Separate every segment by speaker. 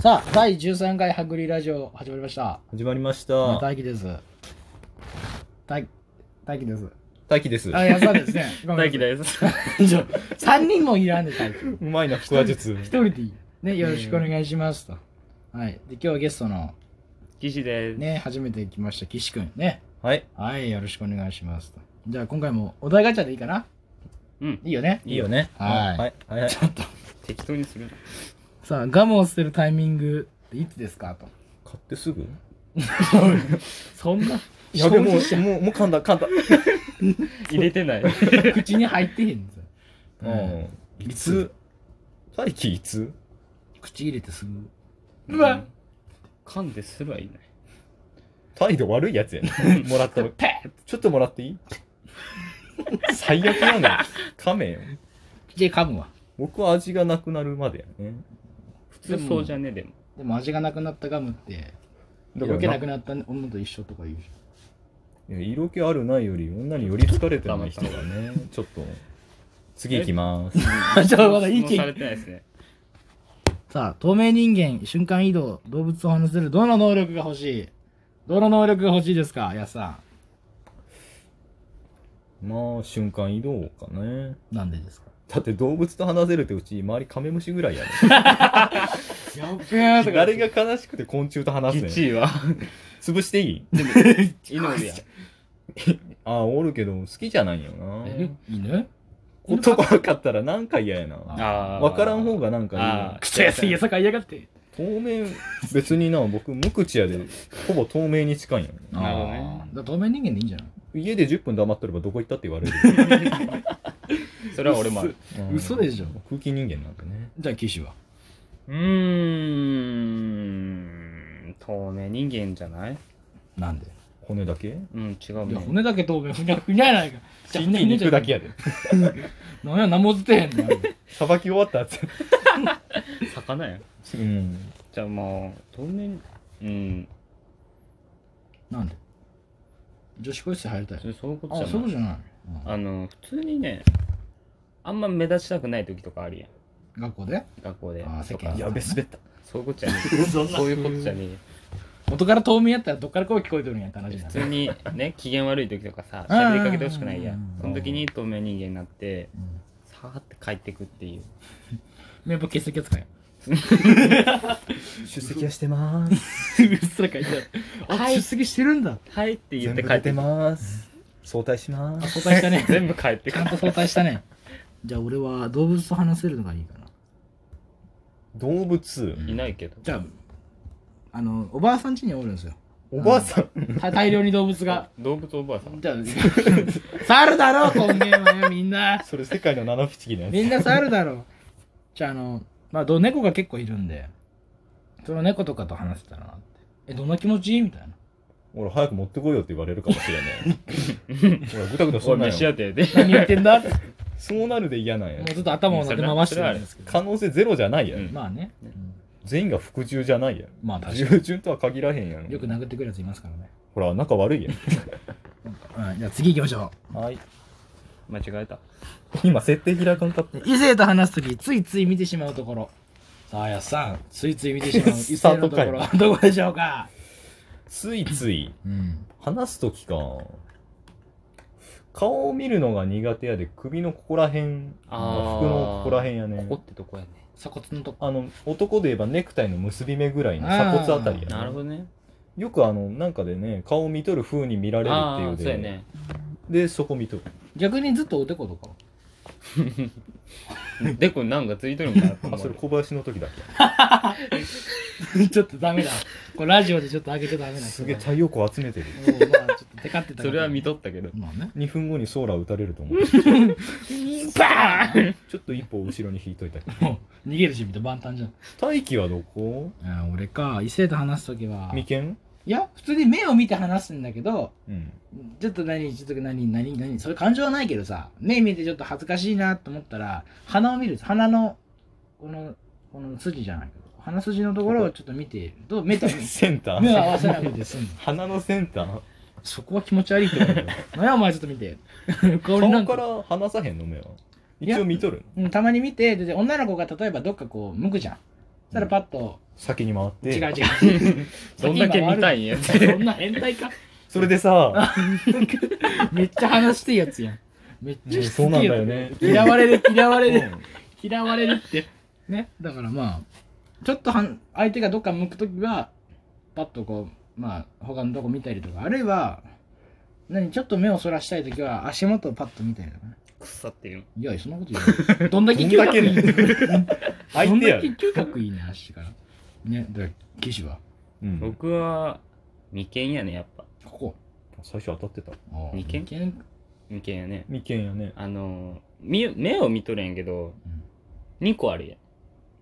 Speaker 1: さあ、第13回ハグリラジオ始まりました。
Speaker 2: 始まりまし
Speaker 1: まあ
Speaker 2: た。
Speaker 1: 大輝です。大大輝です。
Speaker 2: 大輝です。
Speaker 1: あ、安田ですね。
Speaker 3: 大輝 です。
Speaker 1: す。3人もいらんで、大輝。
Speaker 2: うまいな、腹話術。
Speaker 1: 一人でいい。ね、よろしくお願いしますと。はい。で、今日はゲストの、
Speaker 3: 岸です。
Speaker 1: ね、初めて来ました、岸くん。ね。
Speaker 2: はい。
Speaker 1: はい、よろしくお願いしますと。じゃあ、今回もお題ガチャでいいかな
Speaker 3: うん。
Speaker 1: いいよね。
Speaker 2: いいよね。
Speaker 1: はい
Speaker 2: はい。はい。はい
Speaker 1: ちょっと。
Speaker 3: 適当にするな。
Speaker 1: さあ、ガムを捨てるタイミングっていつですかと。
Speaker 2: 買ってすぐ
Speaker 1: そんな。
Speaker 2: やべ、もう、もう、もう噛んだ、噛んだ。
Speaker 3: 入れて ない。
Speaker 1: 口に入ってへんぞ。
Speaker 2: うん。
Speaker 1: い
Speaker 2: い
Speaker 1: つ
Speaker 2: つ大輝いつ
Speaker 1: 口入れてすぐ。
Speaker 3: う
Speaker 1: わ。
Speaker 3: 噛んですらいない。
Speaker 2: 態度悪いやつや ね。もらったの。ペッちょっともらっていい最悪やな。噛めよ。
Speaker 1: 口で噛むわ。
Speaker 2: 僕は味がなくなるまでやね。
Speaker 3: 普通そうじゃねえでも。
Speaker 1: でも味がなくなったガムって、
Speaker 2: だから
Speaker 1: 色気なく
Speaker 2: な、
Speaker 1: なったものと一緒とか言うじ
Speaker 2: いや色気あるないより、女により疲れてない人がね、ちょっと。次行きます。
Speaker 1: ゃん。ちょっとまだいい
Speaker 3: 質問
Speaker 1: 気
Speaker 3: されてないですね。
Speaker 1: さあ、透明人間、瞬間移動、動物を話せる、どの能力が欲しいどの能力が欲しいですか、やすさ
Speaker 2: まあ、瞬間移動かね。
Speaker 1: ん。なんでですか
Speaker 2: だって動物と話せるってうち周りカメムシぐらいや ね
Speaker 1: やっべーとか。
Speaker 2: 誰が悲しくて昆虫と話すねん
Speaker 3: 1位は。
Speaker 2: 潰してい い
Speaker 3: でも、犬や。
Speaker 2: ああおるけど好きじゃないよな
Speaker 3: え
Speaker 1: 犬
Speaker 2: 男悪かったらなんか嫌やな
Speaker 3: あ
Speaker 2: 分からん方
Speaker 3: が。
Speaker 2: がなんかいい
Speaker 3: あ
Speaker 2: な
Speaker 3: ー
Speaker 1: 口やすいやさかいやがって。
Speaker 2: 透明別にな僕無口やでほぼ透明に近いんやね
Speaker 3: なるほどね
Speaker 1: あーだから透明人間でいいんじゃない
Speaker 2: 家で10分黙っとればどこ行ったって言われる
Speaker 3: それは俺もある。
Speaker 2: う ん
Speaker 1: 嘘でしょ
Speaker 2: 空気人間なんてね
Speaker 1: じゃあ、騎士は。
Speaker 3: うーん。透明人間じゃない
Speaker 1: なんで
Speaker 2: 骨だけ
Speaker 3: うん、
Speaker 1: い
Speaker 3: 違う
Speaker 1: や、
Speaker 3: ね。
Speaker 1: 骨だけ透明、ふにゃふにゃやないか。じゃあ
Speaker 2: 死んで肉だけ。やで
Speaker 1: なんや、なんもつてへんの。
Speaker 2: さばき終わったって
Speaker 3: 魚や。
Speaker 2: うん
Speaker 3: じゃあまあ、透明、うん。
Speaker 1: なんで女子高生入りたい。
Speaker 3: それそういうこと
Speaker 1: あ、
Speaker 3: じ
Speaker 1: そ
Speaker 3: ゃ
Speaker 1: ういうこと
Speaker 3: ない。
Speaker 1: じゃない。
Speaker 3: あの、普通にね、あんま目立ちたくない時とかあるやん。
Speaker 1: うん学校で
Speaker 3: 学校で。
Speaker 1: あー世間
Speaker 3: とか
Speaker 2: やべ滑った
Speaker 3: そういうことじゃね え。そういうことじゃねえよ。
Speaker 1: 元から透明やったらどっから声聞こえてるんやって 話にな
Speaker 3: 普
Speaker 1: る
Speaker 3: 通にね、機嫌悪い時とかさ、
Speaker 1: うん
Speaker 3: 喋りかけてほしくないや
Speaker 1: うん
Speaker 3: ん。その時に透明人間になって、
Speaker 1: うん
Speaker 3: さーって帰ってくっていう。
Speaker 1: 名簿欠席扱い
Speaker 2: 出席はしてます
Speaker 1: うっすら書いてあるあ出席してるんだ
Speaker 3: はいって言
Speaker 2: 全
Speaker 3: っ
Speaker 2: 部
Speaker 3: て帰
Speaker 2: 書
Speaker 3: っ
Speaker 2: いて
Speaker 3: てく
Speaker 2: ます。早退しま
Speaker 1: あ
Speaker 2: す。
Speaker 1: 早退したね
Speaker 3: 全部帰って
Speaker 1: ち
Speaker 3: く
Speaker 1: ゃんと早退したねじゃあ俺は動物と話せるのがいいかな
Speaker 2: 動物、
Speaker 3: いないけど。
Speaker 1: じゃああのおばあさん家におるんですよ
Speaker 2: おばあさん、
Speaker 1: た 大量に動物が
Speaker 3: 動物おばあさん。
Speaker 1: じゃあ猿だろこんげんはよみんな
Speaker 2: それ世界の七不思議なや
Speaker 1: みんな猿だろじゃああのまあど猫が結構いるんでその猫とかと話せたらなってえどんな気持ちいいみたいな
Speaker 2: つ。俺早く持ってこいよって言われるかもしれない。ほら、ぐたぐた
Speaker 3: お
Speaker 2: そ
Speaker 3: いう
Speaker 2: なん
Speaker 3: 飯
Speaker 2: よ。
Speaker 3: 屋で。で、
Speaker 1: 何言ってんだって
Speaker 2: そうなるで嫌なんや
Speaker 1: もう。ずっと頭をなく回してるんですけど。
Speaker 2: 可能性ゼロじゃないやん。
Speaker 3: うん
Speaker 1: まあね。
Speaker 3: ね
Speaker 1: うん
Speaker 2: 全員が服従じゃないやん。
Speaker 1: まあ確か
Speaker 2: 従順とは限らへんやん。
Speaker 1: に。よく殴ってくるやついますからね。
Speaker 2: ほら、仲悪いや
Speaker 1: うん、じゃあ次行きましょ
Speaker 2: ん。はい。
Speaker 3: 間違えた。
Speaker 2: 今、設定開かんかった。
Speaker 1: う。異性と話すとき、ついつい見てしまうところ。さあ、やっさん、ついつい見てしまう異
Speaker 2: スタ
Speaker 1: 性
Speaker 2: ー
Speaker 1: の
Speaker 2: ト
Speaker 1: と
Speaker 2: か
Speaker 1: ころ、
Speaker 2: い
Speaker 1: どこでしょうか
Speaker 2: ついつい、
Speaker 1: うん。
Speaker 2: 話すときか。顔を見るのが苦手やで、首のここら辺、服
Speaker 3: あー
Speaker 2: のここら辺やね。
Speaker 3: ここってとこやね。
Speaker 1: 鎖骨のとこ。
Speaker 2: あの男で言えばネクタイの結び目ぐらいの鎖骨あたりや、ね、
Speaker 3: なるほどね。
Speaker 2: よくあのなんかでね顔見とる風に見られる
Speaker 3: ああ
Speaker 2: っ
Speaker 3: ー、
Speaker 2: て
Speaker 3: そ
Speaker 2: いう
Speaker 3: う
Speaker 2: で
Speaker 3: やね。
Speaker 2: でそこ見とる
Speaker 1: 逆にずっとおでことか。
Speaker 3: でこになんかついてるんかなと
Speaker 2: あ
Speaker 3: 思
Speaker 2: それ
Speaker 3: う。
Speaker 2: 小林の時だ
Speaker 1: ちょっとダメだ。これラジオでちょっと上げてダメな
Speaker 2: け
Speaker 1: 人だ
Speaker 2: すげえ太陽光集めてる
Speaker 1: もうまあちょっとテカってた。
Speaker 3: それは見。とったけど。
Speaker 1: まあね。
Speaker 2: 2分後にソーラー打たれると思う
Speaker 1: バーン
Speaker 2: ちょっと一歩後ろに引いといたけど
Speaker 1: もう逃げるし、みたいな万端じゃん。
Speaker 2: 大輝はどこ
Speaker 1: あ俺か、異性と話すときは。
Speaker 2: 眉間
Speaker 1: いや、普通に目を見て話すんだけど、
Speaker 2: うん
Speaker 1: ちょっと何、ちょっと何、何、何、それ感情はないけどさ、目見てちょっと恥ずかしいなと思ったら、鼻を見るんです。鼻の、この、この筋じゃないけど、鼻筋のところをちょっと見ていると、 目と
Speaker 2: センタ
Speaker 1: 目を合
Speaker 2: ー
Speaker 1: わせなくて済む。
Speaker 2: 鼻のセンター
Speaker 1: そこは気持ち悪いってことだよ。何やお前ちょっと見て。顔にな
Speaker 2: 顔
Speaker 1: んか。
Speaker 2: から離さへんの目はい
Speaker 1: や
Speaker 2: 一応見とる
Speaker 1: うん、たまに見て、で、で女の子が例えばどっかこう、向くじゃん。そしたらパッと、
Speaker 2: 先に回っ
Speaker 1: 違う
Speaker 2: て
Speaker 1: 違う。
Speaker 3: どんだけ見たいんやって
Speaker 1: そんな変態か。
Speaker 2: それでさ
Speaker 1: めっちゃ話してえやつやん。めっちゃ
Speaker 2: ね
Speaker 1: しつ
Speaker 2: そ
Speaker 1: け
Speaker 2: うなん
Speaker 1: え
Speaker 2: だよ
Speaker 1: や
Speaker 2: ね
Speaker 1: つ嫌われる、嫌われ
Speaker 2: う
Speaker 1: る、
Speaker 2: ん
Speaker 1: 嫌われるって。ね。だからまあ、ちょっとはん相手がどっか向くときは、パッとこう、まあ、他のとこ見たりとか、あるいは、何、ちょっと目をそらしたいときは、足元をパッと見たりとかね。
Speaker 3: くそっていう
Speaker 1: いや、そんなこと言うどんだけ
Speaker 2: どん
Speaker 1: 嗅
Speaker 2: だ
Speaker 1: 覚
Speaker 2: け
Speaker 1: いいね
Speaker 2: ね
Speaker 1: ど
Speaker 2: 相
Speaker 1: ん
Speaker 2: 手
Speaker 1: だ
Speaker 2: や
Speaker 1: け
Speaker 2: る
Speaker 1: 嗅覚いいね、足から。ね、だから、岸は、
Speaker 2: うん
Speaker 3: 僕は眉間やねやっぱ
Speaker 1: ここ。
Speaker 2: 最初当たってた
Speaker 1: あー
Speaker 3: 眉間
Speaker 1: 眉間
Speaker 3: 眉間やね
Speaker 2: 眉間やね
Speaker 3: あのみ目を見とるんやけど2個あるや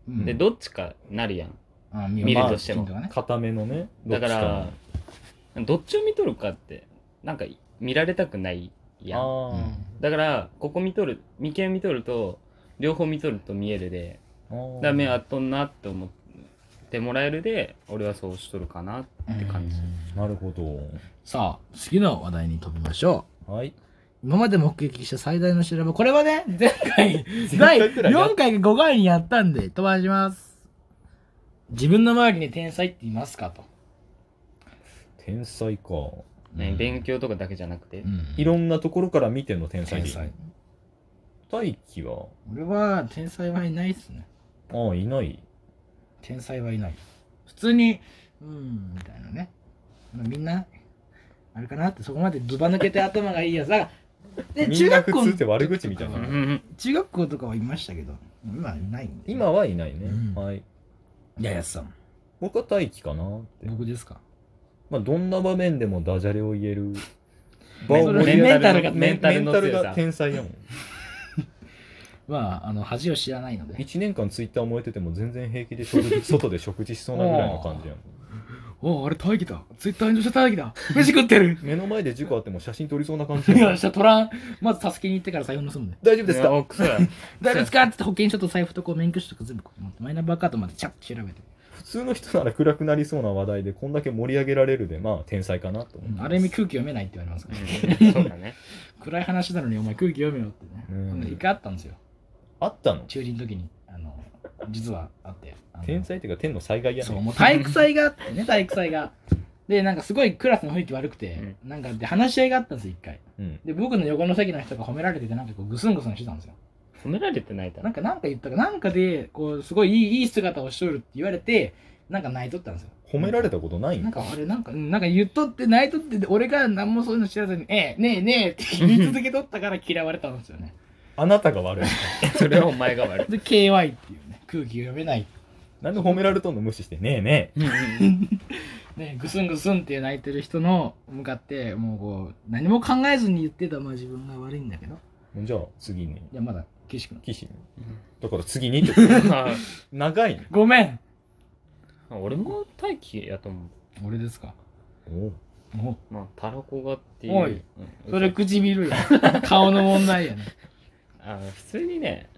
Speaker 1: うん
Speaker 3: んでどっちかなるやん
Speaker 1: あ見
Speaker 3: 見るとしても
Speaker 1: まあ金とかね
Speaker 2: 固めのね
Speaker 3: だか
Speaker 2: どっち
Speaker 3: らどっちを見とるかってなんか見られたくないやん
Speaker 2: のあ
Speaker 3: だからここ見とる眉間見とると両方見とると見えるで
Speaker 2: ーあー
Speaker 3: だから目合っとんなって思ってもらえるで俺はそうしとるかなって感じ
Speaker 2: なるほど
Speaker 1: さあ次の話題に飛びましょ
Speaker 2: はい。
Speaker 1: う今まで目撃した最大の修羅場これはね前回第
Speaker 2: くらいや
Speaker 1: 4回か5回にやったんで飛ばします自分の周りに天才っていますかと、
Speaker 2: 天才か。
Speaker 3: ね勉強とかだけじゃなくて
Speaker 1: うん
Speaker 2: いろんなところから見ての天
Speaker 1: 天
Speaker 2: 才でいい。
Speaker 1: 才
Speaker 2: 大輝は、
Speaker 1: 俺は天才はいないっすね
Speaker 2: ああ、いない。
Speaker 1: 天才はいない普通にうんみたいなねまあみんなあれかなってそこまでずば抜けて頭がいいやつだ からで
Speaker 2: みんな普
Speaker 1: の
Speaker 2: 通って悪口みたいな
Speaker 1: う
Speaker 3: うんん
Speaker 1: 中学校とかはいましたけど今はいないんで
Speaker 2: 今はいないね。
Speaker 1: うん
Speaker 2: はい。
Speaker 1: いややつさん
Speaker 2: 僕は大輝かなって。
Speaker 1: 僕ですか
Speaker 2: まあ、どんな場面でもダジャレを 言える。
Speaker 3: メン
Speaker 1: を盛り上げる
Speaker 3: タルが
Speaker 2: メ
Speaker 3: メ
Speaker 2: ン
Speaker 3: ンタ
Speaker 2: タ
Speaker 3: ル
Speaker 2: ル
Speaker 3: の
Speaker 2: の
Speaker 3: 強
Speaker 2: が
Speaker 3: さ
Speaker 2: 天才やもん。
Speaker 1: まああの恥を知らないので
Speaker 2: 1年間ツイッター燃えてても全然平気で食事外で食事しそうなぐらいの感じやもん。
Speaker 1: おおあれ大義だツイッター炎上した大義だ飯食ってる
Speaker 2: 目の前で事故あっても写真撮りそうな感 じ
Speaker 1: い
Speaker 2: やも
Speaker 1: や
Speaker 2: ん。
Speaker 1: じゃ取らんまず助けに行ってから財布盗むね
Speaker 2: 大丈夫
Speaker 3: い
Speaker 2: です
Speaker 3: や
Speaker 2: か
Speaker 3: おクソ
Speaker 1: 大
Speaker 3: や
Speaker 1: 丈夫ですかって言って保険証と財布とこう免許証とか全部こう持ってマイナンバーカードまでチャッと調べて、
Speaker 2: 普通の人なら暗くなりそうな話題でこんだけ盛り上げられるで、まあ天才かなと思ってます
Speaker 1: ある意味空気読めないって言われますから、
Speaker 3: うんそうだね
Speaker 1: 暗い話なのにお前空気読めよってね、
Speaker 2: うん
Speaker 1: 一回あったんですよ
Speaker 2: あったの
Speaker 1: 中二の時にあの実はあってあの
Speaker 2: 天才っていうか天の災害や
Speaker 1: そう、
Speaker 2: ね
Speaker 1: もう体育祭があって ね、体育祭が。で、なんかすごいクラスの雰囲気悪くて、なんかで話し合いがあったんですよ、一回。
Speaker 2: うん
Speaker 1: で、僕の横の席の人が褒められてて、なんかこう、ぐすんぐすんしてたんですよ。
Speaker 3: 褒められてないだ
Speaker 1: な
Speaker 3: ろ
Speaker 1: んか、なんか言ったか、なんかで、こう、すごいいいいい姿をしとるって言われて、なんか泣いとったんですよ。
Speaker 2: 褒められたことない
Speaker 1: なん
Speaker 2: ん
Speaker 1: か、あれ、なんか、うんなんか言っとって、泣いとって、で俺が何もそういうの知らずに、ええ、ねえ、ねえって言い続けとったから嫌われたんですよね。
Speaker 2: あなたが悪い
Speaker 3: それはお前が悪い
Speaker 1: で、KY っていうね、空気読めない。
Speaker 2: なんで褒められとんの無視してねえね
Speaker 1: ね、ぐすんぐすんって泣いてる人の向かってもうこう何も考えずに言ってたまあ自分が悪いんだけど
Speaker 2: えじゃあ次に
Speaker 1: いやまだ岸君
Speaker 2: 岸だから次にって こと
Speaker 3: まあ
Speaker 2: 長いね
Speaker 1: ごめん
Speaker 3: 俺も大輝やと思う
Speaker 1: 俺ですか
Speaker 2: おう
Speaker 1: お
Speaker 3: まあタラコがっていう
Speaker 1: おい
Speaker 3: うん
Speaker 1: それ 唇や顔の問題やね
Speaker 3: あの普通にね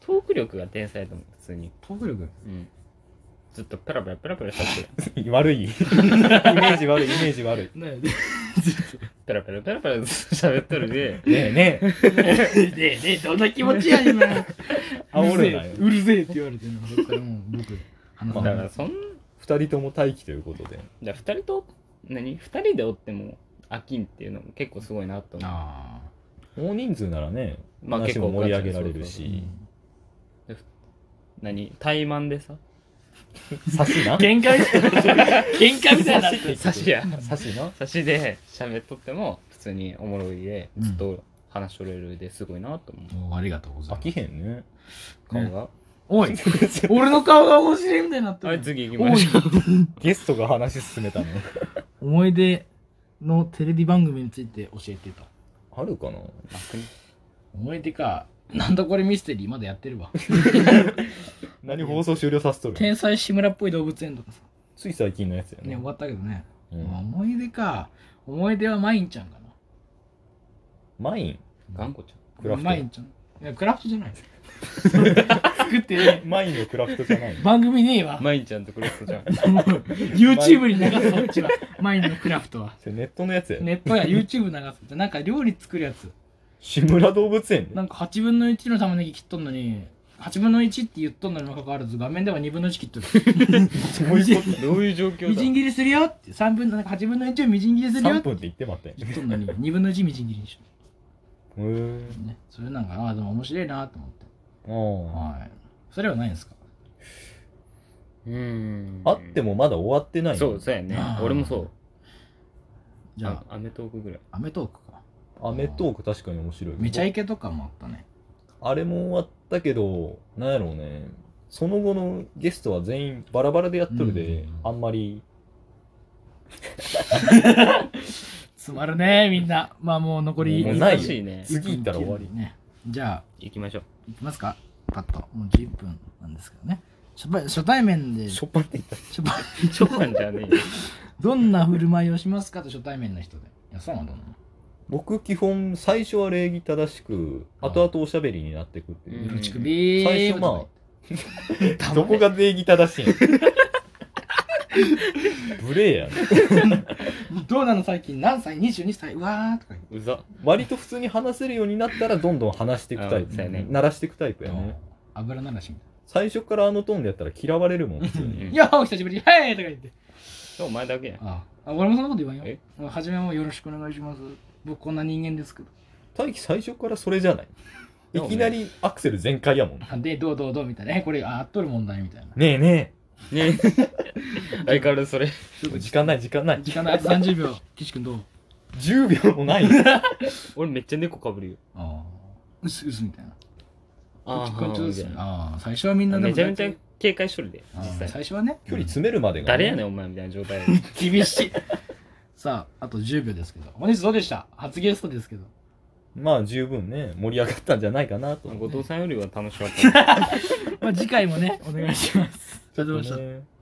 Speaker 3: トーク力が天才だと思う普通に、
Speaker 1: トーク力
Speaker 3: うん、ずっとペラペラペラペラしゃってる
Speaker 2: 悪いイメージ悪いイメージ悪い
Speaker 1: ね
Speaker 3: ペラペラペラペラずっと喋っとるで
Speaker 2: ねえねえ
Speaker 1: えねえねえどんな気持ちや ねんな
Speaker 2: 煽るなよ
Speaker 1: うるせえって言われてるのそっからもう僕話さ
Speaker 3: だか
Speaker 1: ない
Speaker 3: らそん
Speaker 2: 二人とも待機ということで
Speaker 3: じゃあ2人と何2人でおっても飽きんっていうのも結構すごいなと思う
Speaker 1: あ
Speaker 2: 大人数ならね
Speaker 3: まあ
Speaker 2: 話
Speaker 3: 結
Speaker 2: も
Speaker 3: 構
Speaker 2: 盛り上げられる
Speaker 1: ーう
Speaker 2: し
Speaker 1: ん
Speaker 3: 何怠慢でさ
Speaker 2: 差しな
Speaker 1: 喧嘩みたいな喧嘩みたいになってる
Speaker 3: 差しや
Speaker 2: 差しな
Speaker 3: 差しで喋っとっても普通におもろいでずっと話しとれるですごいなと思う、
Speaker 1: おありがとうござい
Speaker 2: 飽
Speaker 1: ま
Speaker 2: き
Speaker 1: す
Speaker 2: へんね
Speaker 3: 顔が、
Speaker 1: おい俺の顔が面白いみたいになって
Speaker 3: は
Speaker 1: る
Speaker 3: い次行き
Speaker 1: お
Speaker 3: ま
Speaker 1: い
Speaker 3: しょう
Speaker 2: ゲストが話進めたの
Speaker 1: 思い出のテレビ番組について教えてと
Speaker 2: あるかな
Speaker 3: あ国
Speaker 1: 思い出かなんだこれミステリーまだやってるわ
Speaker 2: 何放送終了させとる
Speaker 1: 天才志村っぽい動物園とかさ
Speaker 2: つい最近のやつや
Speaker 1: ね
Speaker 2: ね
Speaker 1: 終わったけどね、
Speaker 2: うん
Speaker 1: まあ思い出か思い出はマインちゃんか
Speaker 2: マイン
Speaker 3: 頑固ちゃん
Speaker 2: ク
Speaker 1: な
Speaker 2: ラフ
Speaker 1: マイン
Speaker 2: ト
Speaker 1: ちゃんいやクラフトじゃない作ってね
Speaker 2: マインのクラフトじゃ ないの
Speaker 1: 番組ねえわ
Speaker 3: まいちゃんとクロ スじゃん。
Speaker 1: もう YouTube に流すそっちはマインのクラフトは
Speaker 2: それネットのやつや、
Speaker 1: ネットや YouTube 流すなんか料理作るやつ
Speaker 2: 志村動物園で
Speaker 1: なんか8分の1の玉ねぎ切っとんのに8分の1って言っとんのにもかかわらず、画面では2分の1切っとる。みじん
Speaker 3: どういう状況
Speaker 1: みじん
Speaker 3: だ
Speaker 1: 切りするよって、3分の、なんか8分の1をみじん切りするよ
Speaker 2: 3
Speaker 1: って
Speaker 2: 分って言ってまって。へ
Speaker 1: 言っとんのに、2分の1みじん切りにしと
Speaker 2: え。
Speaker 1: るね。それなんか、ああ、でも面白いなと思って。
Speaker 2: あ
Speaker 1: はい。それはないんですか
Speaker 3: うん
Speaker 2: あってもまだ終わってない。
Speaker 3: そうそうやね
Speaker 1: あー
Speaker 3: 俺もそう
Speaker 1: じゃ
Speaker 3: あアメトークぐらい
Speaker 1: あ、アメトークか。
Speaker 2: アメトーク確かに面白い。
Speaker 1: めちゃイケとかもあったね。
Speaker 2: あれも終わったけど、なんやろうね。その後のゲストは全員バラバラでやっとるで、
Speaker 1: うん
Speaker 2: あんまり。
Speaker 1: つまるね、みんな。まあもう残り
Speaker 2: もう
Speaker 1: 1
Speaker 2: ない
Speaker 3: 難しいね
Speaker 2: 次行ったら終わり。
Speaker 1: ね。じゃあ、
Speaker 3: 行きましょう
Speaker 1: いきますかパッと。もう10分なんですけどね。初対初対面で、
Speaker 2: しょっぱって言った。
Speaker 1: 初対
Speaker 3: ちょっとなんじゃねえよ
Speaker 1: どんな振る舞いをしますかと初対面の人で。いや、そうなんだな。
Speaker 2: 僕、基本、最初は礼儀正しく、
Speaker 1: あ
Speaker 2: 後々おしゃべりになってくっていう。
Speaker 3: うん
Speaker 1: 乳首
Speaker 2: 最初ま
Speaker 1: あ
Speaker 2: どこが礼儀正しいん 無礼やね
Speaker 1: どうなの最近何歳 ?22 歳うわーとか言っ
Speaker 3: うざ
Speaker 2: 割と普通に話せるようになったらどんどん話していくタイ
Speaker 3: あ
Speaker 2: プ
Speaker 3: そうやね
Speaker 2: 鳴らしていくタイプ
Speaker 1: て
Speaker 2: やね
Speaker 1: 油ならしみたい
Speaker 2: 最初からあのトーンでやったら嫌われるもん普通
Speaker 3: う
Speaker 2: に
Speaker 3: ん
Speaker 1: な。よーお久しぶりはいとか言って。
Speaker 3: お前だけやん
Speaker 1: ああ俺もそんなこと言わんよ
Speaker 3: え。
Speaker 1: はじめもよろしくお願いします。僕こんな人間ですけど。
Speaker 2: 大輝最初からそれじゃない
Speaker 3: で
Speaker 2: い
Speaker 3: もね
Speaker 2: きなりアクセル全開やもんね
Speaker 1: あ で、どうどうどうみたいな。え、これあ合っとる問題みたいな。
Speaker 2: えね
Speaker 3: ね相変わらずそれ
Speaker 1: ちょっ
Speaker 2: え
Speaker 1: と
Speaker 2: 時間ない時間ない
Speaker 1: 時間 のあと30秒。岸君どう
Speaker 2: 10秒もない
Speaker 3: 俺めっちゃ猫かぶるよ
Speaker 1: ああ。うすうすみたいな。
Speaker 3: あ
Speaker 1: こっちこっち
Speaker 3: じ
Speaker 1: です
Speaker 3: ゃ
Speaker 1: ああ、最初はみんなでも
Speaker 3: めちゃめちゃ警戒しとるで
Speaker 1: ああ
Speaker 3: 実際
Speaker 1: 最初はね。
Speaker 2: 距離詰めるまでが
Speaker 3: 誰やねんお前みたいな状態やで
Speaker 1: 厳しい。 さあ、あと10秒ですけど。本日どうでした初ゲストですけど。
Speaker 2: まあ十分ね盛り上がったんじゃないかなと
Speaker 3: 後藤さんよりは楽しかった
Speaker 1: まあ次回もね、お願いします。ありがとうございました。
Speaker 2: ね